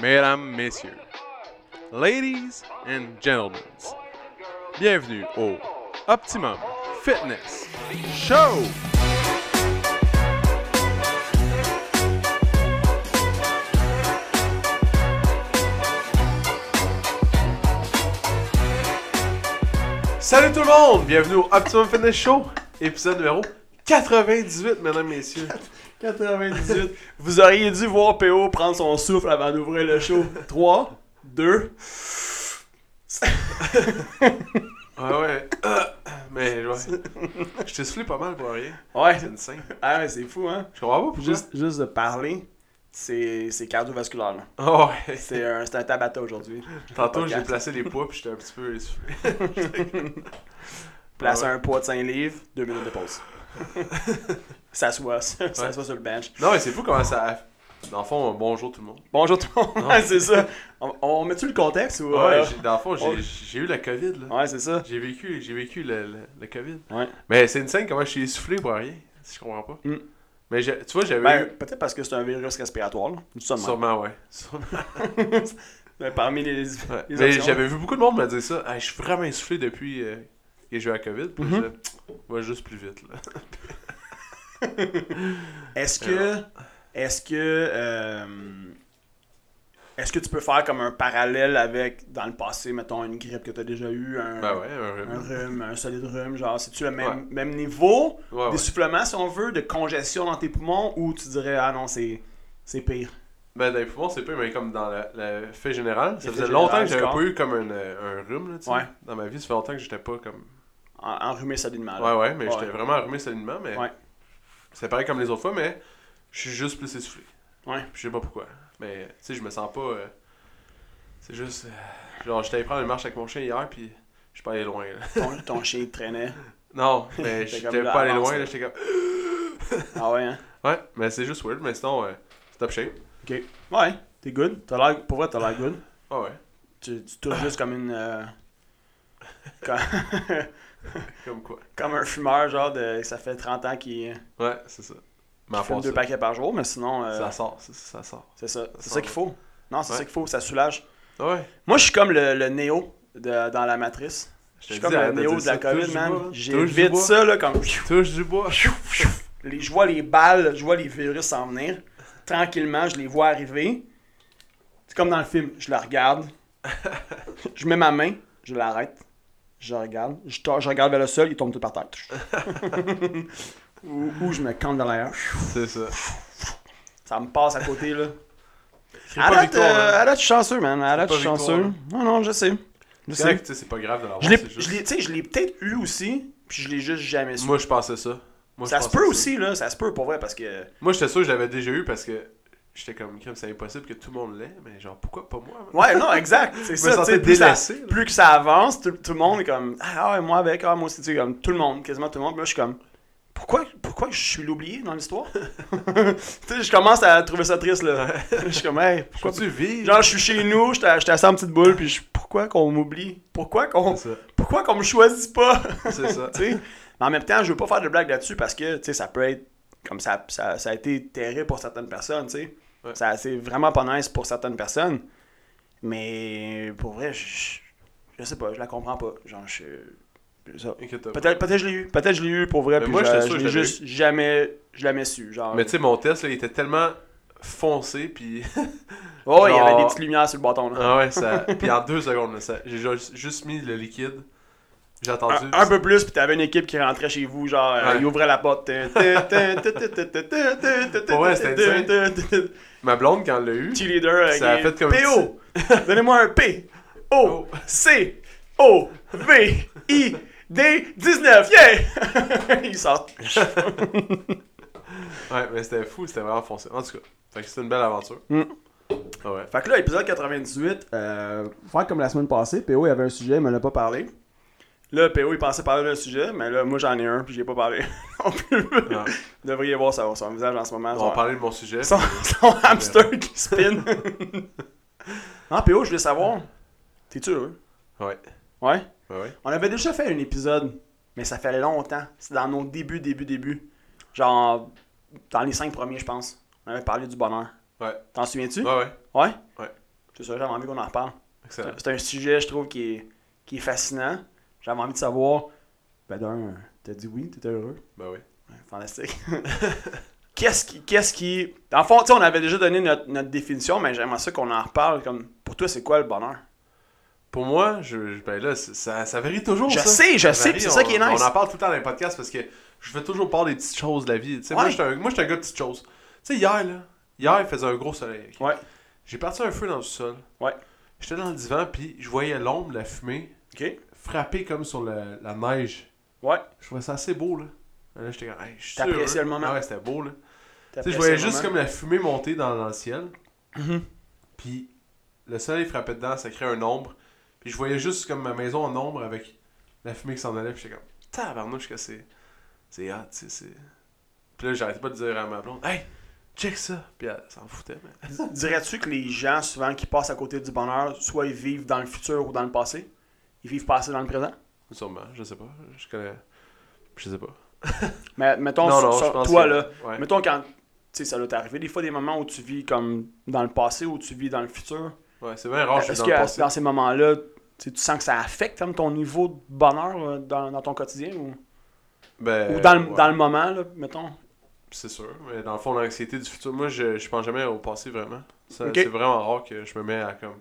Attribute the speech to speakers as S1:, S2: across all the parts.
S1: mesdames, messieurs, ladies and gentlemen, bienvenue au Optimum Fitness Show! Salut tout le monde! Bienvenue au Optimum Fitness Show, épisode numéro 98, mesdames, messieurs.
S2: 98. Vous auriez dû voir PO prendre son souffle avant d'ouvrir le show. 3, 2.
S1: Ouais, Ah ouais. euh, Mais ouais. Je t'ai soufflé pas mal pour rien.
S2: Ouais.
S1: C'est une scène.
S2: Ah ouais, c'est fou, hein?
S1: Je comprends pas pourquoi.
S2: Juste, juste de parler, c'est c'est cardiovasculaire, là.
S1: Ah ouais.
S2: C'est un, c'est un tabata aujourd'hui.
S1: Tantôt, j'ai
S2: Podcast.
S1: placé les poids puis j'étais un petit peu essoufflé.
S2: Place
S1: Ouais.
S2: un poids de 5 livres, 2 minutes de pause. S'assoit, s'assoit sur le bench.
S1: Non, mais c'est fou comment ça. Dans le fond, bonjour tout le monde.
S2: Bonjour tout le monde. Ouais, c'est ça. On, on met-tu le contexte ou.
S1: Ouais, Ah.
S2: euh,
S1: j'ai- dans le fond,
S2: on-
S1: j'ai- j'ai eu la COVID, là.
S2: Ouais, c'est ça.
S1: J'ai vécu, j'ai vécu le, le, le COVID.
S2: Ouais.
S1: Mais c'est une scène comment je suis essoufflé pour rien. Si je comprends pas.
S2: Mm.
S1: Mais j'ai- tu vois, j'avais
S2: Ben,
S1: eu.
S2: peut-être parce que c'est un virus respiratoire, là. Nous sommes.
S1: Sûrement, ouais. Sûrement,
S2: Parmi les.
S1: ouais.
S2: les
S1: Mais
S2: options.
S1: j'avais vu beaucoup de monde me dire ça. Hey, je suis vraiment essoufflé depuis euh, que j'ai eu la COVID. Puis
S2: Mhm.
S1: je disais, va juste plus vite, là.
S2: Est-ce que. Est-ce que. euh, Est-ce que tu peux faire comme un parallèle avec, dans le passé, mettons, une grippe que tu as déjà eue, un,
S1: Ben ouais, un
S2: un
S1: rhume.
S2: rhume, un solide rhume, genre, c'est-tu le même, même niveau
S1: Ah Ouais, ouais.
S2: d'essoufflement, si on veut, de congestion dans tes poumons, ou tu dirais, ah non, c'est c'est pire?
S1: Ben, dans les poumons, c'est pas, mais comme dans le, le fait général, ça
S2: Le
S1: faisait
S2: fait
S1: longtemps
S2: général
S1: que
S2: du
S1: j'avais
S2: corps.
S1: pas eu comme un, euh, un rhume, là, tu sais.
S2: Ouais.
S1: Dans ma vie, ça fait longtemps que j'étais pas comme.
S2: En- Enrhumé solidement. là.
S1: Ouais, ouais, mais
S2: Ouais.
S1: j'étais vraiment arrumé solidement, mais.
S2: Ouais.
S1: C'est pareil comme les autres fois, mais je suis juste plus essoufflé.
S2: Ouais.
S1: Puis je sais pas pourquoi. Mais, tu sais, je me sens pas. euh, C'est juste. euh, Genre, j'étais allé prendre une marche avec mon chien hier, puis je suis pas allé loin, là.
S2: Ton, ton chien te traînait.
S1: Non, mais
S2: T'es
S1: j'étais
S2: comme là,
S1: pas allé
S2: avance,
S1: loin,
S2: là.
S1: là, j'étais comme.
S2: Ah ouais, hein?
S1: Ouais, mais c'est juste weird, mais sinon, euh, top shape.
S2: Ok. Ouais, t'es good. T'as l'air- pour vrai, t'as l'air good.
S1: Ouais, Ah ouais.
S2: Tu, tu touches juste comme une. euh, comme-
S1: Comme quoi.
S2: Comme un fumeur, genre, de, ça fait 30 ans qu'il
S1: Ouais, c'est ça. Mais Ben, à
S2: qu'il fume
S1: part
S2: deux
S1: ça,
S2: paquets par jour, mais sinon, euh,
S1: ça sort, ça, ça sort.
S2: c'est ça. C'est
S1: ça
S2: ça qu'il
S1: va.
S2: faut. Non, c'est
S1: Ouais.
S2: ça qu'il faut, ça soulage.
S1: Ouais.
S2: Moi, je suis comme le, le Néo de- dans la matrice.
S1: Je
S2: Je
S1: te
S2: suis comme
S1: dis,
S2: le
S1: arrête de
S2: Néo
S1: dire
S2: de la
S1: ça. Touche
S2: COVID,
S1: du
S2: man.
S1: bois. Touche du
S2: J'évite
S1: bois.
S2: ça, là, comme...
S1: Touche du bois.
S2: Les, je vois les balles, je vois les virus s'en venir. Tranquillement, je les vois arriver. C'est comme dans le film. Je la regarde. je mets ma main, je l'arrête. Je regarde. Je, tor- je regarde vers le sol, il tombe tout par terre. ou, ou je me campe dans l'air.
S1: C'est ça.
S2: Ça me passe à côté, là.
S1: Crie
S2: À
S1: pas
S2: date,
S1: victoire.
S2: euh,
S1: hein.
S2: à date, je suis chanceux, man. À date,
S1: pas
S2: je suis chanceux.
S1: victoire,
S2: Non, non, je sais. Je
S1: C'est vrai que
S2: sais.
S1: tu sais, c'est pas grave de l'avoir.
S2: Je l'ai,
S1: c'est
S2: je
S1: juste-
S2: l'ai- tu sais, je l'ai peut-être eu aussi, puis je l'ai juste jamais su.
S1: Moi, je pensais ça. Moi, je
S2: ça se
S1: pensais
S2: peut aussi, là. Ça se peut, pour vrai, parce que...
S1: Moi, j'étais sûr que je l'avais déjà eu parce que j'étais comme, crime, c'est impossible que tout le monde l'ait, mais genre, pourquoi pas moi man?
S2: Ouais, non, exact. C'est
S1: Je me
S2: ça, tu
S1: sentais
S2: sais, plus, ça-
S1: délaissé. là.
S2: plus que ça avance, tout, tout le monde est comme... Ah, ouais, moi avec, ah, moi aussi, tu sais, comme tout le monde, quasiment tout le monde. Puis là, je suis comme... Pourquoi, pourquoi je suis l'oublié dans l'histoire? tu sais, je commence à trouver ça triste, là. je suis comme, hey, pourquoi...
S1: Pourquoi tu vis
S2: Genre, je suis chez nous, j'étais j'étais assis en petite boule, puis je... Pourquoi qu'on m'oublie? Pourquoi qu'on...
S1: C'est
S2: pourquoi qu'on me choisit pas?
S1: ça. C'est ça.
S2: Tu sais? Mais en même temps, je veux pas faire de blague là-dessus parce que, tu sais, ça peut être comme ça, ça, ça a été terrible pour certaines personnes, tu sais.
S1: Ouais.
S2: Ça, c'est vraiment pas nice pour certaines personnes. Mais pour vrai, je, je sais pas, je la comprends pas. Genre, je. je sais pas.
S1: Inquiète-toi pas.
S2: Peut-être peut je l'ai eu, peut-être je l'ai eu pour vrai,
S1: Mais
S2: puis
S1: moi,
S2: je,
S1: j'étais
S2: je
S1: sûr que
S2: l'ai
S1: je l'avais
S2: juste jamais, je l'ai jamais su. Genre,
S1: Mais tu sais, mon test, là, il était tellement foncé, puis.
S2: oh, il y avait
S1: genre-
S2: des petites lumières sur le bâton. Là.
S1: Ah ouais, ça. Puis en deux secondes, là, ça... j'ai juste- juste mis le liquide. J'ai attendu.
S2: Ah, Un, un peu plus, puis t'avais une équipe qui rentrait chez vous, genre, euh,
S1: Ouais.
S2: il ouvrait la porte.
S1: Ouais,
S2: Ouais,
S1: c'était Ma blonde, quand elle l'a eu.
S2: petit leader. euh,
S1: Ça a
S2: qui-
S1: fait comme Oh.
S2: PO. Donnez-moi un P. O. C. O. V. I. D. 19. Yeah! Ils sortent.
S1: Ouais, mais c'était fou, c'était vraiment foncé. En tout cas, fait que c'était une belle aventure.
S2: Mm.
S1: Ah ouais.
S2: Fait que là, épisode 98, euh, faire comme la semaine passée, PO il avait un sujet, il me l'a pas parlé. Là, PO il pensait parler d'un sujet, mais là, moi j'en ai un, puis j'ai pas parlé non plus.
S1: Ah.
S2: Vous devriez voir son, son visage en ce moment.
S1: On
S2: son-
S1: va parler de mon sujet.
S2: son, son hamster qui spin. non, PO, je voulais savoir, t'es-tu heureux?
S1: Ouais.
S2: Ouais?
S1: Ouais, ouais.
S2: On avait déjà fait un épisode, mais ça fait longtemps. C'est dans nos débuts, débuts, débuts. Genre, dans les cinq premiers, je pense. On avait parlé du bonheur.
S1: Ouais.
S2: T'en souviens-tu?
S1: Ouais, ouais.
S2: Ouais?
S1: Ouais.
S2: C'est ça, j'avais envie qu'on en parle.
S1: Excellent.
S2: C'est un sujet, je trouve, qui est, qui est fascinant. J'avais envie de savoir. Ben, d'un, t'as dit oui, t'étais heureux.
S1: Ben oui.
S2: Ouais, Fantastique. qu'est-ce qui, qu'est-ce qui. Dans le fond, tu sais, on avait déjà donné notre, notre définition, mais j'aimerais ça qu'on en reparle. Comme, pour toi, c'est quoi le bonheur?
S1: Pour moi, je, je- ben là, c'est- ça, ça varie toujours.
S2: Je
S1: ça.
S2: sais, je sais,
S1: varie,
S2: puis c'est ça
S1: on-
S2: qui est nice.
S1: On en parle tout le temps dans les podcasts parce que je fais toujours part des petites choses de la vie. Tu sais, Moi,
S2: Ouais.
S1: j'étais un, moi, j'étais un gars de petites choses. Tu sais, hier, là, hier, il faisait un gros soleil. ok?
S2: Ouais.
S1: J'ai parti un feu dans le sol.
S2: Ouais.
S1: J'étais dans le divan, puis je voyais l'ombre, la fumée,
S2: OK?
S1: frapper comme sur le- la neige.
S2: Ouais.
S1: Je trouvais ça assez beau, là. Euh, Là, j'étais comme, hey, je suis sûr,
S2: T'appréciais
S1: hein.
S2: le moment.
S1: Ah ouais, c'était beau, là. Tu sais, je voyais juste comme la fumée monter dans, dans le ciel.
S2: Mhm.
S1: Puis le soleil frappait dedans, ça créait un ombre. Puis je voyais juste comme ma maison en ombre avec la fumée qui s'en allait. Puis j'étais comme, tabarnouche que c'est. C'est hot, tu sais. c'est- Puis là, j'arrêtais pas de dire à ma blonde, hey, check ça. Puis elle s'en foutait. Mais...
S2: Dirais-tu que les gens, souvent, qui passent à côté du bonheur, soit ils vivent dans le futur ou dans le passé? Ils vivent passé dans le présent?
S1: Sûrement, je sais pas. Je connais. Je sais pas.
S2: Mais mettons,
S1: Non, non,
S2: sur,
S1: je
S2: sur
S1: pense
S2: toi,
S1: que-
S2: là,
S1: ouais.
S2: mettons quand, tu sais, ça doit t'arriver, des fois, des moments où tu vis comme dans le passé, où tu vis dans le futur.
S1: Ouais, c'est bien rare, je suis
S2: Est-ce
S1: dans
S2: que
S1: le
S2: à-
S1: passé.
S2: dans ces moments-là, tu sais, tu sens que ça affecte comme, ton niveau de bonheur euh, dans, dans ton quotidien ou,
S1: Ben,
S2: ou dans, le,
S1: ouais,
S2: dans le moment, là, mettons?
S1: C'est sûr. Mais dans le fond, l'anxiété du futur, moi, je, je pense jamais au passé vraiment. Ça-
S2: Ok.
S1: C'est vraiment rare que je me mets à comme.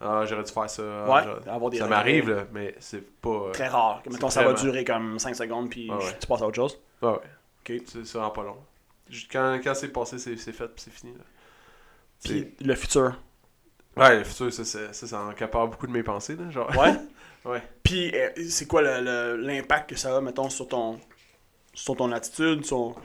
S1: Ah, j'aurais dû faire ça. ah,
S2: ouais,
S1: j'aurais-
S2: avoir des
S1: Ça
S2: regrets.
S1: m'arrive, là, mais c'est pas. euh,
S2: Très rare. Que, mettons,
S1: C'est
S2: ça va
S1: vraiment-
S2: durer comme 5 secondes, puis
S1: Ah ouais.
S2: tu passes à autre chose.
S1: Ouais, ouais.
S2: Ok.
S1: C'est c'est vraiment pas long. Ju- Quand, quand c'est passé, c'est c'est fait, puis c'est fini. Là. C'est-
S2: Puis le futur.
S1: Ouais, le futur, ça, ça, ça, ça encapare beaucoup de mes pensées. Là, genre.
S2: Ouais.
S1: Ouais.
S2: Puis euh, c'est quoi le- le- l'impact que ça a, mettons, sur ton, sur ton attitude, sur...
S1: Ah,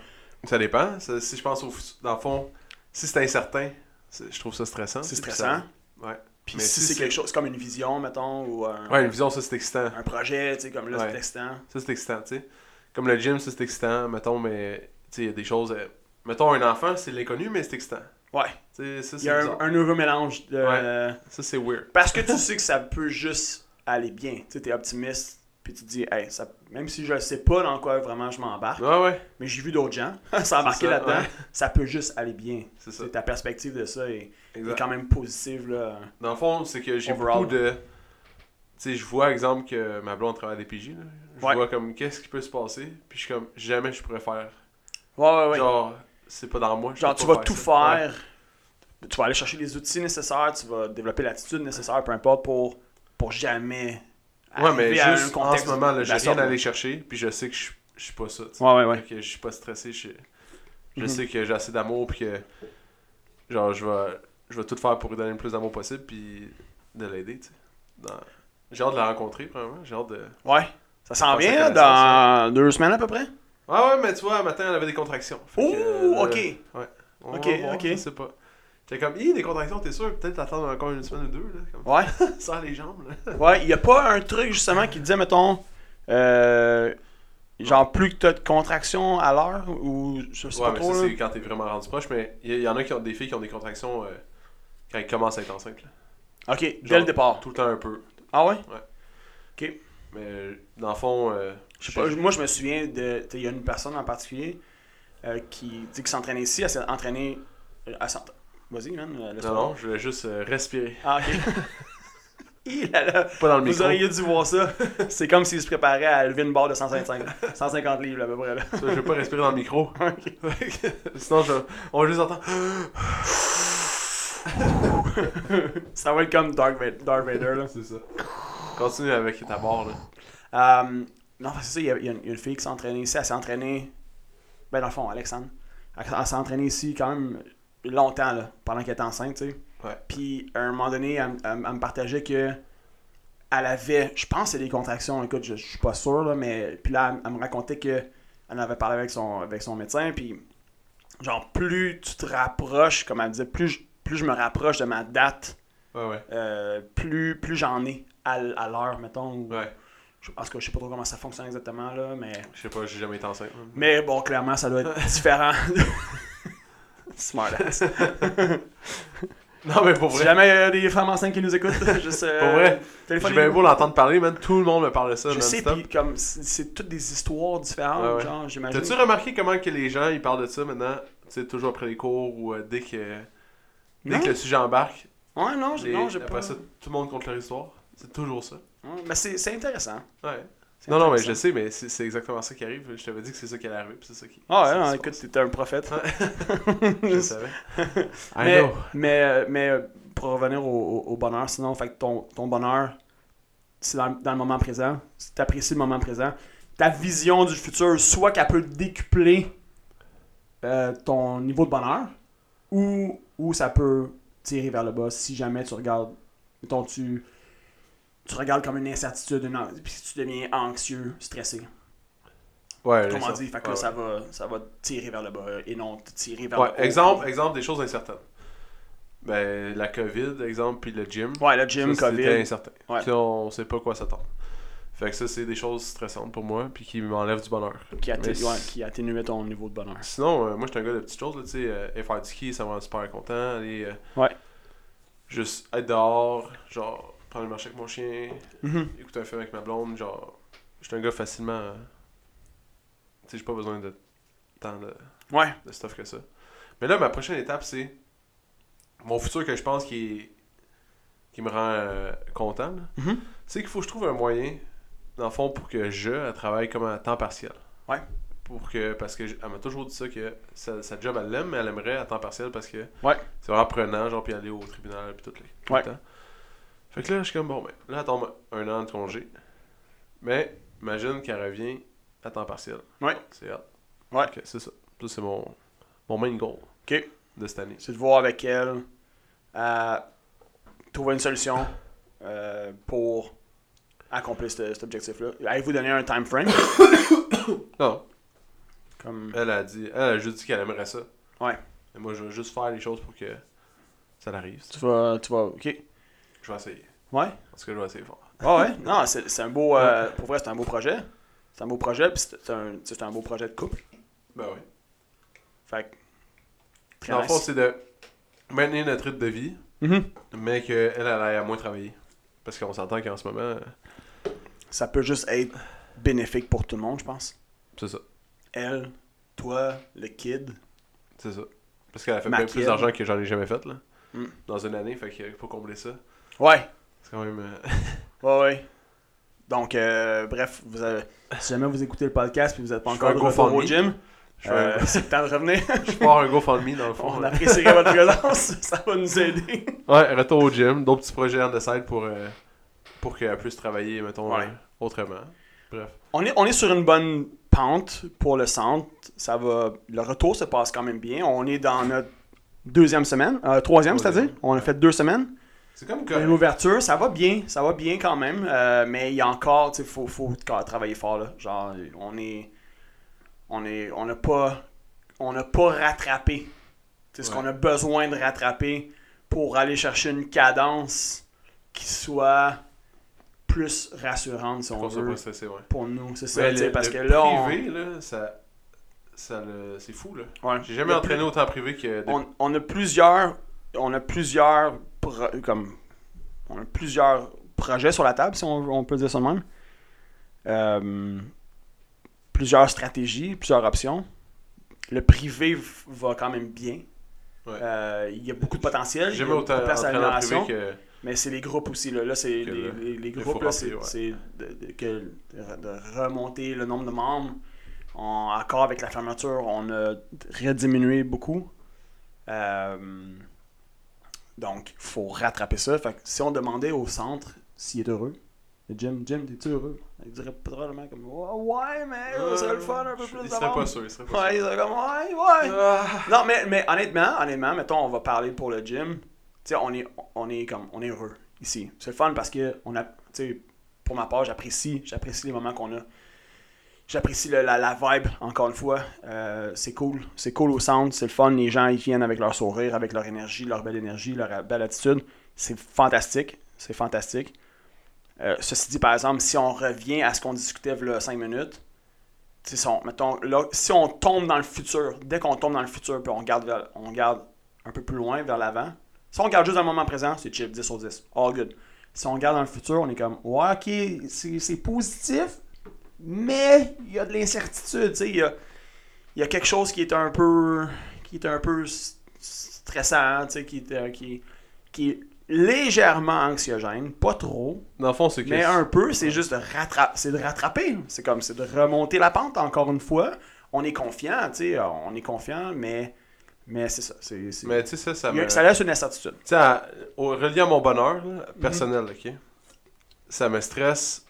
S1: Ça dépend. Ça- si je pense au futur, dans le fond, si c'est incertain, c'est- je trouve ça stressant.
S2: c'est
S1: Puis
S2: stressant?
S1: ça- ouais.
S2: Puis
S1: Mais si
S2: si, c'est
S1: c'est-
S2: quelque chose, c'est comme une vision, mettons, ou un,
S1: Ouais, une vision, ça, c'est excitant.
S2: un projet, tu sais, comme là,
S1: Ouais.
S2: c'est excitant.
S1: Ça, c'est excitant, tu sais. Comme le gym, ça, c'est excitant. Mettons, mais, tu sais, il y a des choses. euh, mettons, un enfant, c'est l'inconnu, mais c'est excitant.
S2: Ouais.
S1: Tu sais, ça,
S2: Il y
S1: c'est
S2: a
S1: bizarre.
S2: un, un heureux mélange de...
S1: Ça, c'est weird.
S2: Parce que tu sais que ça peut juste aller bien. Tu sais, t'es optimiste, puis tu te dis, hey, ça... même si je sais pas dans quoi vraiment je m'embarque,
S1: Ouais, ouais.
S2: mais j'ai vu d'autres gens s'embarquer
S1: ça,
S2: là-dedans,
S1: ouais.
S2: ça peut juste aller bien.
S1: C'est ça.
S2: C'est ta perspective de ça est, est
S1: Exact.
S2: quand même positive, là.
S1: Dans le fond, c'est que j'ai
S2: Overall.
S1: beaucoup de. Tu sais, je vois, exemple, que ma blonde travaille à des PJ. Là. Je
S2: Ouais.
S1: vois comme qu'est-ce qui peut se passer. Puis je suis comme, jamais je pourrais faire.
S2: Ouais, ouais, ouais.
S1: Genre, c'est pas dans moi. je
S2: Genre,
S1: peux
S2: tu
S1: pas
S2: vas tout
S1: ça.
S2: faire. Tu vas aller chercher les outils nécessaires, tu vas développer l'attitude nécessaire, peu importe, pour, pour jamais.
S1: Ouais, Ouais, mais
S2: arriver à
S1: juste
S2: un
S1: en
S2: contexte
S1: ce moment, là,
S2: de
S1: j'ai
S2: la
S1: rien
S2: sorte,
S1: à
S2: là.
S1: aller chercher. Puis je sais que je je suis pas ça. tu sais.
S2: Ouais, ouais, ouais.
S1: Fait que je suis pas stressé. Je, je
S2: Mhm.
S1: sais que j'ai assez d'amour. Puis que. Genre, je vais, je vais tout faire pour lui donner le plus d'amour possible. Puis de l'aider, tu sais. Dans- J'ai hâte de la rencontrer, probablement. J'ai hâte de.
S2: Ouais. Ça
S1: Faire
S2: s'en vient,
S1: sa
S2: là, dans deux semaines à peu près.
S1: Ouais, Ah ouais, mais tu vois, matin, elle avait des contractions. Fait
S2: Ouh,
S1: que, euh,
S2: ok.
S1: On
S2: Ok,
S1: va voir,
S2: ok.
S1: Je sais pas. J'étais comme, hi, des contractions, t'es sûr? Peut-être l'attendre encore une semaine ou deux, là. Comme,
S2: Ouais.
S1: serre les jambes, là.
S2: Ouais, il n'y a pas un truc justement qui disait, mettons, euh, genre plus que t'as de contractions à l'heure ou je sais
S1: ouais,
S2: pas
S1: mais
S2: trop.
S1: ça,
S2: là.
S1: c'est quand t'es vraiment rendu proche, mais il y, y en a qui ont des filles qui ont des contractions euh, quand elles commencent à être enceintes, là.
S2: Ok, dès
S1: Genre,
S2: le départ.
S1: Tout le temps un peu.
S2: Ah ouais?
S1: Mais euh, dans le fond, euh,
S2: Je sais pas, moi je me souviens de. t'sais, Il y a une personne en particulier euh, qui dit qui s'entraînait ici, elle s'est entraînée. euh, elle s'entra- Vas-y, man, euh, laisse-moi.
S1: non, non, je voulais juste euh, respirer.
S2: Ah, ok. Il a là,
S1: Pas dans le
S2: vous
S1: micro.
S2: auriez dû voir ça. C'est comme s'il se préparait à lever une barre de 125, 150 livres à peu près. Là.
S1: Ça, je vais pas respirer dans le micro. Sinon, je- on va juste entendre.
S2: Ça va être comme Dark Vader. Darth Vader là.
S1: C'est ça. Continue avec ta barre, là.
S2: Euh, non, c'est ça, il y, a, il y a une il y a une fille qui s'est entraînée ici, elle s'est entraînée. Ben, dans le fond, Alexandre. Elle, elle s'est entraînée ici quand même longtemps, là, pendant qu'elle était enceinte, tu sais.
S1: Ouais.
S2: Puis, à un moment donné, elle, m- elle m- elle me partageait que. Elle avait, je pense que c'est des contractions, écoute, je, je suis pas sûr, là, mais. Puis là, elle, elle me racontait que elle avait parlé avec son, avec son médecin, puis. Genre, plus tu te rapproches, comme elle disait, plus je- plus je me rapproche de ma date,
S1: Ouais, ouais.
S2: euh, plus, plus j'en ai à, l- à l'heure, mettons. ou-
S1: Ouais.
S2: je, en tout cas, je sais pas trop comment ça fonctionne exactement, là, mais...
S1: Je sais pas, j'ai jamais été enceinte.
S2: Mais bon, clairement, ça doit être différent. Smartass.
S1: Non, mais pour
S2: Si
S1: vrai.
S2: jamais il y a des femmes enceintes qui nous écoutent, juste... euh,
S1: Pour vrai, J'ai
S2: téléphonez-nous.
S1: bien beau l'entendre parler, man. Tout le monde me parle de ça
S2: Je sais,
S1: non-stop.
S2: puis comme, c'est c'est toutes des histoires différentes,
S1: Ouais, ouais.
S2: genre, j'imagine.
S1: T'as-tu remarqué comment que les gens, ils parlent de ça maintenant, tu sais, toujours après les cours ou euh, dès que dès
S2: Non?
S1: que le sujet embarque,
S2: Ouais, non, j'ai-
S1: Les-
S2: non, j'ai pas.
S1: après ça, tout le monde contre leur histoire. C'est toujours ça.
S2: Ouais, mais c'est c'est intéressant.
S1: Ouais.
S2: C'est
S1: Non, non, mais
S2: intéressant.
S1: je sais, mais c'est c'est exactement ça qui arrive. Je t'avais dit que c'est ça qui allait arriver, puis c'est ça qui.
S2: Ah
S1: c'est
S2: ouais,
S1: ça
S2: non,
S1: qui se
S2: écoute,
S1: passe.
S2: t'es un prophète.
S1: Je savais. I
S2: mais,
S1: know.
S2: mais, euh, mais, euh, pour revenir au, au- au bonheur, sinon, fait que ton, ton bonheur, c'est dans, dans le moment présent. Si t'apprécies le moment présent, ta vision du futur, soit qu'elle peut décupler euh, ton niveau de bonheur, ou, ou ça peut tirer vers le bas si jamais tu regardes, mettons, tu, tu regardes comme une incertitude, une, an- puis tu deviens anxieux, stressé.
S1: Ouais,
S2: Comment
S1: ça.
S2: dire, fait que
S1: Ouais,
S2: là, ça va, ça va tirer vers le bas et non te tirer vers
S1: Ouais,
S2: le haut.
S1: exemple, exemple des choses incertaines. Ben, la COVID, exemple, puis le gym.
S2: Ouais, le gym,
S1: Ça,
S2: COVID.
S1: C'était incertain.
S2: Ouais.
S1: Puis on sait pas quoi s'attendre. Fait que ça, c'est des choses stressantes pour moi, puis qui m'enlèvent du bonheur.
S2: qui, atte-
S1: Mais c-
S2: ouais, qui atténuait ton niveau de bonheur.
S1: Sinon, euh, moi, j'étais un gars de petites choses, là, tu sais, euh, aller faire du ski, ça me rend super content, aller... euh,
S2: Ouais.
S1: Juste être dehors, genre, prendre le marché avec mon chien, écouter un film avec ma blonde, genre... J'étais un gars facilement... euh, tu sais, j'ai pas besoin de tant de,
S2: Ouais,
S1: de stuff que ça. Mais là, ma prochaine étape, c'est... Mon futur que je pense qui est- qui me rend euh, content, là.
S2: Mhm.
S1: Tu sais qu'il faut que je trouve un moyen, dans le fond, pour que je elle travaille comme à temps partiel.
S2: Ouais.
S1: Pour que, parce que je- elle m'a toujours dit ça, que sa, sa job, elle l'aime, mais elle aimerait à temps partiel parce que
S2: Ouais.
S1: c'est vraiment prenant, genre, puis aller au tribunal, puis tout, le- tout
S2: Ouais.
S1: le temps. Fait que là, je suis comme, bon, ben, là, elle tombe un an de congé. Mais imagine qu'elle revient à temps partiel.
S2: Ouais.
S1: C'est hâte.
S2: Ouais.
S1: Ok, c'est ça. Ça, c'est mon, mon main goal
S2: ok.
S1: de cette année.
S2: C'est de voir avec elle, euh, trouver une solution euh, pour accomplir ce- cet objectif-là. Allez-vous donner un time frame? Ah.
S1: Non,
S2: Comme... euh,
S1: elle a dit, elle a juste dit qu'elle aimerait ça.
S2: Ouais.
S1: Et moi, je veux juste faire les choses pour que ça l'arrive.
S2: Tu vas, tu vas, ok.
S1: Je vais essayer.
S2: Ouais.
S1: En tout cas, je vais essayer fort.
S2: Ah ouais. Non, c'est c'est un beau, euh, pour vrai, c'est un beau projet. C'est un beau projet, puis c'est un, c'est un beau projet de couple.
S1: Ben oui.
S2: Fait que, très
S1: Dans le
S2: nice.
S1: fond, c'est de maintenir notre rythme de vie,
S2: Mhm.
S1: mais qu'elle, elle aille à moins travailler. Parce qu'on s'entend qu'en ce moment, euh,
S2: Ça peut juste être bénéfique pour tout le monde, je pense.
S1: c'est ça.
S2: Elle, toi, le kid.
S1: C'est ça. Parce qu'elle a fait
S2: Ma
S1: bien plus
S2: kid.
S1: d'argent que j'en ai jamais fait, là.
S2: Mm.
S1: Dans une année, fait que pour combler ça,
S2: Ouais.
S1: c'est quand même. euh,
S2: Ouais, ouais. Donc, euh, bref, vous avez- si jamais vous écoutez le podcast et vous n'êtes pas
S1: Je
S2: encore
S1: fais un
S2: de retour au
S1: GoFundMe.
S2: gym,
S1: je fais
S2: euh,
S1: un-
S2: c'est le temps de revenir.
S1: je pars un GoFundMe dans le fond.
S2: On
S1: là.
S2: apprécierait votre présence, ça va nous aider.
S1: Ouais, retour au gym, d'autres petits projets en the side pour, euh, pour qu'elle puisse travailler, mettons,
S2: Ouais.
S1: euh, autrement. Bref.
S2: On est, on est sur une bonne pente pour le centre. Ça va, le retour se passe quand même bien. On est dans notre deuxième semaine, euh, troisième, c'est-à-dire. On a fait deux semaines.
S1: C'est comme
S2: Une
S1: correct.
S2: L'ouverture, ça va bien, ça va bien quand même, euh, mais il y a encore, tu sais, faut, faut ca- travailler fort là. Genre, on est, on est, on n'a pas, on n'a pas rattrapé, tu sais, ce
S1: Ouais.
S2: qu'on a besoin de rattraper pour aller chercher une cadence qui soit plus rassurante si on
S1: Qu'on soit
S2: veut
S1: pas stressé, ouais.
S2: pour nous, c'est ça,
S1: Mais
S2: tu sais,
S1: Ben, le-
S2: parce
S1: le
S2: que là, on-
S1: privé, là, ça, ça le- c'est fou, là.
S2: ouais.
S1: J'ai jamais
S2: Le
S1: entraîné autant en privé que.
S2: on, on a plusieurs on a plusieurs pro- comme on a plusieurs projets sur la table si on, on peut dire ça de même Euh, plusieurs stratégies plusieurs options le privé v- va quand même bien
S1: Ouais.
S2: Euh, il y a beaucoup de potentiel
S1: J'ai
S2: il y a
S1: jamais
S2: beaucoup
S1: autant
S2: de place à
S1: entraîné en
S2: l'amélioration
S1: privé que.
S2: mais c'est les groupes aussi là, Là, c'est
S1: Que
S2: les,
S1: le-
S2: les- les
S1: faut
S2: groupes là, c'est
S1: remplir, ouais.
S2: c'est de, de- que- de remonter le nombre de membres On- encore avec la fermeture on a rediminué beaucoup Euh, donc faut rattraper ça fait que si on demandait au centre s'il est heureux le Jim Jim t'es-tu heureux il dirait probablement comme Ouais, ouais mais ça serait le fun un peu
S1: Ah, Je-
S2: plus
S1: Il
S2: de
S1: serait
S2: membres.
S1: pas sûr, il serait pas
S2: ouais il
S1: sûr.
S2: serait comme ouais ouais
S1: Ah.
S2: non, mais, mais honnêtement, honnêtement, mettons, on va parler pour le gym. Tu sais, on est, on est comme, on est heureux ici. C'est le fun parce que, on a, tu sais, pour ma part, j'apprécie, j'apprécie les moments qu'on a. J'apprécie le- la, la vibe, encore une fois. Euh, c'est cool. C'est cool au centre, c'est le fun. Les gens, ils viennent avec leur sourire, avec leur énergie, leur belle énergie, leur belle attitude. C'est fantastique. C'est fantastique. Euh, ceci dit, par exemple, si on revient à ce qu'on discutait il 5 minutes, tu sais, si on, mettons, là, si on tombe dans le futur, dès qu'on tombe dans le futur, puis on regarde, vers- on regarde un peu plus loin, vers l'avant, si on regarde juste dans le moment présent, c'est chip 10 sur 10. All good. Si on regarde dans le futur, on est comme, ouais, ok, c'est c'est positif, mais il y a de l'incertitude, tu sais, il y a, il y a quelque chose qui est un peu, qui est un peu s- stressant, tu sais, qui est, euh, qui, qui est légèrement anxiogène, pas trop,
S1: Dans le fond, c'est que.
S2: mais un peu, c'est juste de, rattra- c'est de rattraper. hein. C'est comme, c'est de remonter la pente encore une fois. On est confiant, tu sais, on est confiant, mais, mais euh, c'est ça. c'est- c'est-
S1: Mais tu sais, ça, ça
S2: Il y a-
S1: me.
S2: Ça Mhm. laisse une incertitude.
S1: Tu sais, à- au- relié à mon bonheur là, personnel, ok? Ça me stresse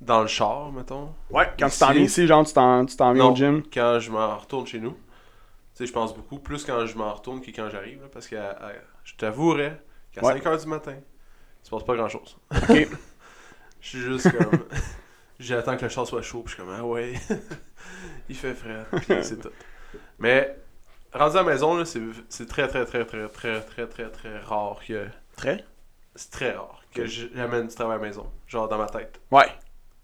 S1: dans le char, mettons.
S2: Ouais, quand
S1: Ici-
S2: tu t'en viens ici, genre, tu t'en, tu t'en viens
S1: Non,
S2: au gym.
S1: Quand je m'en retourne chez nous. Tu sais, je pense beaucoup, plus quand je m'en retourne que quand j'arrive, là, parce que à- à- je t'avouerais qu'à
S2: Ouais.
S1: 5h du matin, il se passe pas grand chose.
S2: Ok.
S1: Je suis juste comme. J'attends que le char soit chaud, puis je suis comme, ah ouais, il fait frais, puis c'est tout. Mais, rendu à la maison, là, c'est c'est très, très, très, très, très, très, très, très rare que.
S2: Très.
S1: C'est très rare que j- j'amène du travail à la maison, genre dans ma tête.
S2: Ouais.
S1: Tu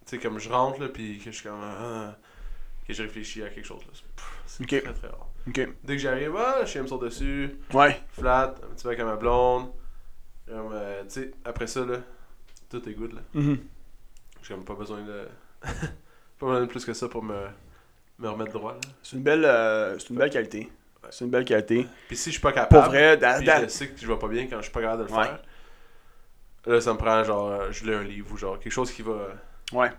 S1: sais, comme je rentre, là, puis que je suis comme. ah, que je réfléchis à quelque chose, là. C'est- pff, C'est
S2: Ok.
S1: très, très rare.
S2: Ok.
S1: Dès que j'arrive, ah, je suis me sur dessus,
S2: Ouais.
S1: flat, un petit bec à ma blonde. Comme, euh, tu sais, après ça, là, tout est good, là.
S2: Mhm.
S1: J'ai comme pas besoin de. pas besoin de plus que ça pour me, me remettre droit. Là.
S2: C'est une belle, euh, c'est une belle qualité. C'est une belle qualité.
S1: Puis si je suis pas
S2: Pour
S1: capable.
S2: vrai, da-
S1: puis
S2: da-
S1: je sais que je vais pas bien quand je suis pas capable de le
S2: Ouais.
S1: faire. Là, ça me prend genre. euh, Je lis un livre ou genre quelque chose qui va.
S2: ouais,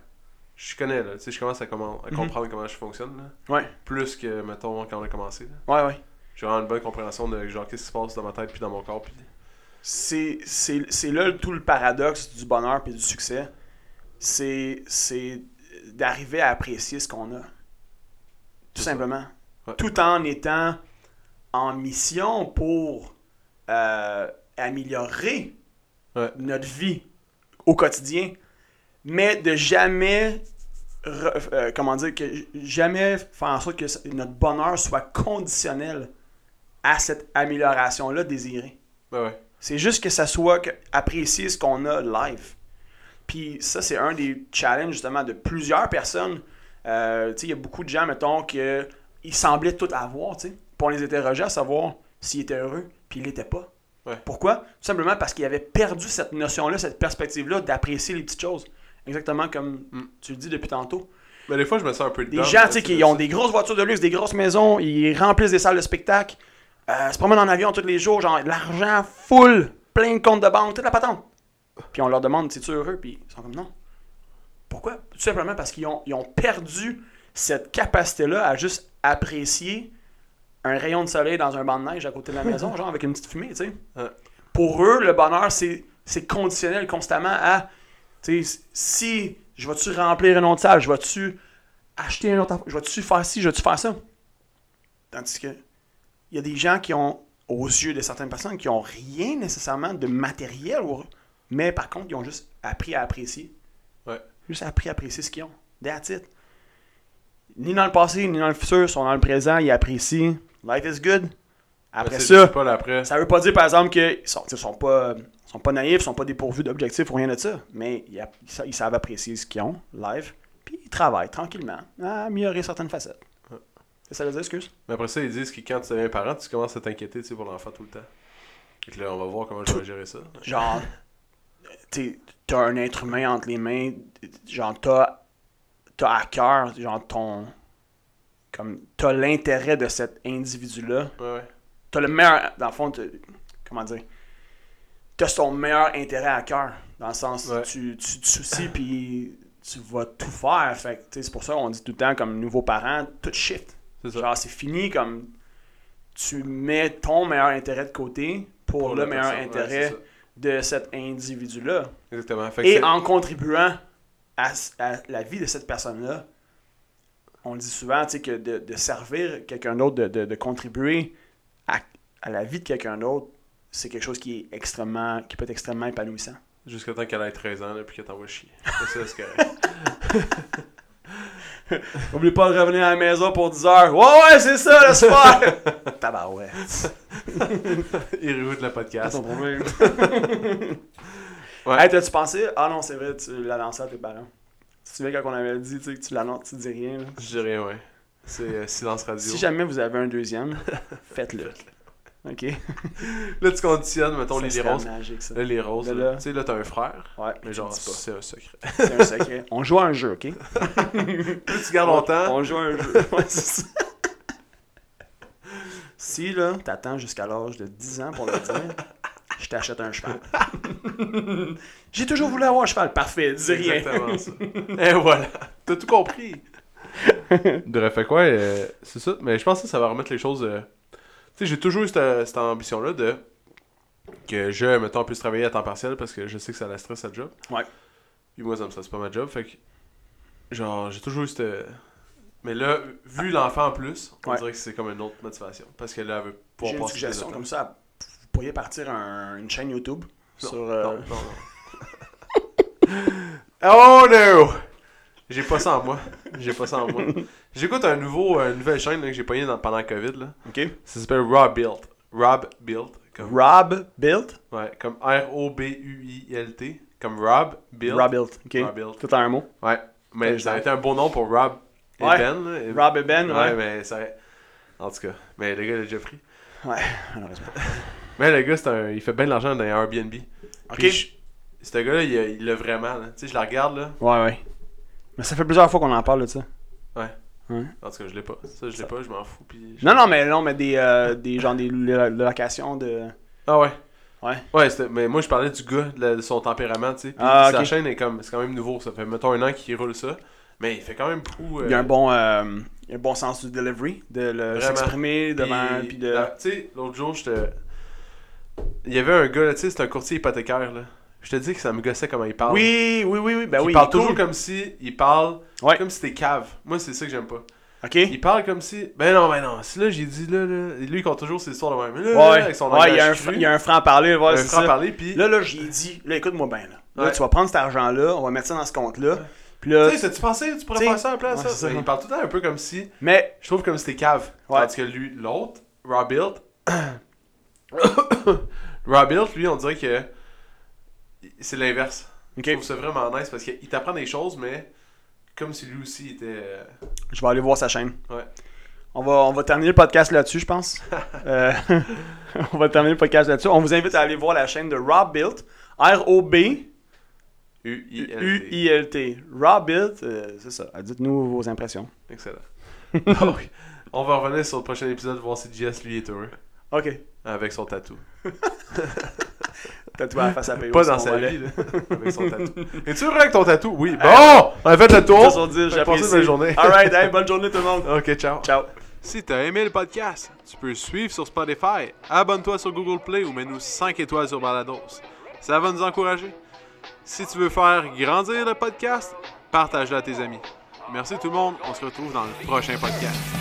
S1: Je connais, là. Tu sais, je commence à, comment- à
S2: Mhm.
S1: comprendre comment je fonctionne, là.
S2: ouais,
S1: Plus que, mettons, quand on a commencé, là.
S2: ouais, ouais.
S1: J'ai vraiment une bonne compréhension de genre qu'est-ce qui se passe dans ma tête puis dans mon corps. Puis...
S2: C'est, c'est, c'est là tout le paradoxe du bonheur et du succès. C'est, c'est d'arriver à apprécier ce qu'on a. Tout
S1: C'est ça.
S2: simplement.
S1: Ouais.
S2: Tout en étant en mission pour euh, améliorer
S1: Ouais.
S2: notre vie au quotidien. Mais de jamais. re- euh, comment dire que j- Jamais faire en sorte que ça- notre bonheur soit conditionnel à cette amélioration-là désirée.
S1: Ben ouais.
S2: C'est juste que ça soit que- apprécier ce qu'on a live. Puis ça, c'est un des challenges justement de plusieurs personnes. Euh, tu sais, il y a beaucoup de gens, mettons, que ils semblaient tout avoir, tu sais. Puis on les interrogeait à savoir s'ils étaient heureux, puis ils l'étaient pas.
S1: Ouais.
S2: Pourquoi? Tout simplement parce qu'ils avaient perdu cette notion-là, cette perspective-là d'apprécier les petites choses. Exactement comme
S1: Mm.
S2: tu le dis depuis tantôt.
S1: Mais des fois, je me sens un peu
S2: Des
S1: dumb,
S2: gens,
S1: là,
S2: tu sais,
S1: de
S2: qui ont
S1: ça.
S2: des grosses voitures de luxe, des grosses maisons, ils remplissent des salles de spectacle, euh, se promènent en avion tous les jours, genre de l'argent full, plein de comptes de banque, toute la patente. Puis on leur demande, es-tu heureux? Puis ils sont comme non. Pourquoi? Tout simplement parce qu'ils ont, ils ont perdu cette capacité-là à juste apprécier un rayon de soleil dans un banc de neige à côté de la maison, genre avec une petite fumée, tu sais.
S1: Ouais.
S2: Pour eux, le bonheur, c'est c'est conditionnel constamment à, tu sais, si je vais-tu remplir une autre salle, je vais-tu acheter un autre app- je vais-tu faire ci, je vais-tu faire ça. Tandis que il y a des gens qui ont, aux yeux de certaines personnes, qui ont rien nécessairement de matériel, ou- mais par contre, ils ont juste appris à apprécier.
S1: Ouais.
S2: Juste appris à apprécier ce qu'ils ont. That's it. Ni dans le passé, ni dans le futur, ils sont dans le présent, ils apprécient. Life is good. Après
S1: Mais tu sais, je
S2: ça,
S1: dis Pas l'après.
S2: ça veut pas dire par exemple qu'ils sont, t'sais, sont pas euh, sont pas naïfs, sont pas dépourvus d'objectifs ou rien de ça, mais ils, app- ils sa- ils savent apprécier ce qu'ils ont live, puis ils travaillent tranquillement à améliorer certaines facettes.
S1: Ouais.
S2: C'est ça les excuses
S1: Mais après ça, ils disent que quand tu deviens parent, tu commences à t'inquiéter tu sais, pour l'enfant tout le temps. Fait que là, on va voir comment je vais gérer ça.
S2: Genre t'sais, t'as un être humain entre les mains, genre t'as t'as à cœur genre ton comme t'as l'intérêt de cet individu là
S1: Ouais, ouais.
S2: t'as le meilleur, dans le fond, t'as- comment dire, t'as son meilleur intérêt à cœur, dans le sens,
S1: Ouais.
S2: tu, tu te soucies, puis tu vas tout faire, fait que, tu sais, c'est pour ça qu'on dit tout le temps, comme nouveau parent, tout shift,
S1: C'est ça.
S2: genre c'est fini, comme, tu mets ton meilleur intérêt de côté pour, le
S1: la
S2: meilleur
S1: personne, ouais,
S2: intérêt
S1: c'est ça.
S2: de cet individu-là,
S1: Exactement. Fait que
S2: et
S1: c'est-
S2: en contribuant à, s- à la vie de cette personne-là, on le dit souvent, tu sais, que de, de servir quelqu'un d'autre, de, de- de contribuer à, à la vie de quelqu'un d'autre, c'est quelque chose qui est extrêmement, qui peut être extrêmement épanouissant.
S1: Jusqu'à temps qu'elle ait 13 ans, là, puis qu'elle t'envoie chier. Ça, c'est correct.
S2: N'oublie pas de revenir à la maison pour 10 heures. Ouais, ouais, c'est ça, laisse faire! Tabarouette.
S1: Il roule de la
S2: C'est
S1: podcast.
S2: ton problème.
S1: Ouais.
S2: Hey, t'as-tu pensé? Ah non, c'est vrai, tu l'as lancé à tes parents. Tu te souviens quand on avait dit, tu sais, que tu l'annonces, tu dis rien, là.
S1: Je dis rien, ouais. C'est euh, silence radio.
S2: Si jamais vous avez un deuxième, faites-le. OK?
S1: Là, tu conditionnes, mettons, les, les
S2: serait
S1: roses.
S2: magique, ça.
S1: Là, les roses,
S2: Là,
S1: là.
S2: là.
S1: Tu sais, là, t'as un frère.
S2: Ouais,
S1: Mais genre, c'est un secret.
S2: c'est un secret. On joue à un jeu, OK?
S1: Plus tu gardes longtemps,
S2: On joue à un jeu. Ouais, c'est ça. si, là, t'attends jusqu'à l'âge de 10 ans pour le dire, je t'achète un cheval. J'ai toujours voulu avoir un cheval. Parfait, dis
S1: C'est
S2: rien.
S1: exactement ça. Et voilà. T'as tout compris. Bref, fait quoi, euh, c'est ça. Mais je pense que ça va remettre les choses. euh, Tu sais, j'ai toujours eu cette, cette ambition-là de que je, mettons, puisse travailler à temps partiel parce que je sais que ça la stresse à job.
S2: Ouais.
S1: Puis moi, ça me stresse pas ma job. Fait que, genre, j'ai toujours eu cette. Mais là, vu l'enfant en plus, on
S2: Ouais.
S1: dirait que c'est comme une autre motivation. Parce que là, elle veut pouvoir
S2: J'ai une
S1: passer des
S2: suggestion
S1: étapes.
S2: comme ça. Vous pourriez partir un- une chaîne YouTube
S1: Non,
S2: sur. euh,
S1: non, non, non. oh no! J'ai pas ça en moi. J'ai pas ça en moi. J'écoute un nouveau, euh, une nouvelle chaîne là, que j'ai pognée dans- pendant la COVID. Là.
S2: OK.
S1: Ça s'appelle Rob Built. Rob Built. Comme,
S2: Rob Built.
S1: ouais, comme R-O-B-U-I-L-T. Comme Rob Built.
S2: Rob Built. OK.
S1: Rob Built.
S2: Tout en un mot.
S1: Ouais. Mais
S2: Ouais,
S1: ça a
S2: je-
S1: été un bon nom pour Rob et
S2: Ouais.
S1: Ben. là. Et-
S2: Rob et Ben,
S1: Ouais,
S2: ouais.
S1: mais ça. En tout cas. Mais le gars l'a déjà pris.
S2: Ouais, malheureusement.
S1: Mais le gars, c'est un... il fait bien de l'argent dans les Airbnb.
S2: OK.
S1: Puis je- Ce gars-là, il il l'a vraiment. là. Tu sais, je la regarde là.
S2: Ouais, ouais. Mais ça fait plusieurs fois qu'on en parle de ça.
S1: En tout cas, je l'ai pas. Ça, je l'ai pas, je m'en fous. Puis je-
S2: Non, non, mais non, mais des, euh, des genre des lo- locations de.
S1: Ah ouais.
S2: Ouais.
S1: Ouais, c'était- mais moi, je parlais du gars, de, la- de son tempérament, tu sais. Puis
S2: Ah,
S1: sa
S2: ok.
S1: chaîne est comme. C'est quand même nouveau. Ça fait, mettons, un an qu'il roule ça. Mais il fait quand même prou.
S2: Il y a
S1: euh,
S2: un bon, euh, il y a un bon sens du delivery, de le-
S1: Vraiment.
S2: s'exprimer
S1: puis-
S2: devant, puis de.
S1: Ah, Tu sais, l'autre jour, j'étais. Il y avait un gars, là, tu sais, c'est un courtier hypothécaire, là. Je te dis que ça me gossait comment il parle.
S2: Oui, oui, oui, oui, ben
S1: il
S2: oui.
S1: parle
S2: il est
S1: toujours
S2: cool.
S1: comme si. Il parle
S2: Ouais.
S1: comme si t'es cave. Moi, c'est ça que j'aime pas.
S2: Ok.
S1: Il parle comme si. Ben non, ben non. Si là, j'ai dit là, là. Lui, il compte toujours ses histoires de même. Là, là,
S2: Ouais,
S1: avec son
S2: ouais, il y a un,
S1: langage
S2: fr-
S1: cru, ben,
S2: il y a un franc-parler, ouais,
S1: un
S2: c'est ça.
S1: franc-parler, puis.
S2: Là, là, j'y ai dit, là, écoute-moi bien, là. Là,
S1: Ouais.
S2: tu vas prendre cet argent-là, on va mettre ça dans ce compte-là. Puis
S1: Tu
S2: là,
S1: sais, tu pensé, tu pourrais
S2: T'sais,
S1: faire ça à la place, ça?
S2: ouais, c'est ça.
S1: Il parle tout le temps un peu comme si.
S2: mais,
S1: Je trouve comme si c'était cave.
S2: Ouais.
S1: Tandis que lui, l'autre, Rob Hilt. Rob Hilt, lui, on dirait que. C'est l'inverse.
S2: ok,
S1: Je trouve ça vraiment nice parce qu'il t'apprend des choses, mais. Comme si lui aussi était. euh,
S2: je vais aller voir sa chaîne.
S1: Ouais.
S2: On va, on va terminer le podcast là-dessus, je pense. Euh, on va terminer le podcast là-dessus. On vous invite à aller voir la chaîne de Rob Built, R-O-B-U-I-L-T.
S1: U-I-L-T.
S2: Rob Built, euh, c'est ça. Dites-nous vos impressions.
S1: Excellent. Donc, on va revenir sur le prochain épisode, voir si Jess, lui, est heureux.
S2: Ok,
S1: Avec son tatou.
S2: tatoué à la face à payer.
S1: Pas dans sa vie, là. Avec son tatou. Es-tu heureux avec ton tatou? Oui. Bon! On a fait le tour. Fait que passez une
S2: J'apprécie.
S1: bonne journée. Oh.
S2: Alright, hey, bonne journée tout le monde.
S1: Ok, ciao.
S2: Ciao.
S1: Si t'as aimé le podcast, tu peux le suivre sur Spotify, abonne-toi sur Google Play ou mets-nous 5 étoiles sur Balados. Ça va nous encourager. Si tu veux faire grandir le podcast, partage-le à tes amis. Merci tout le monde, on se retrouve dans le prochain podcast.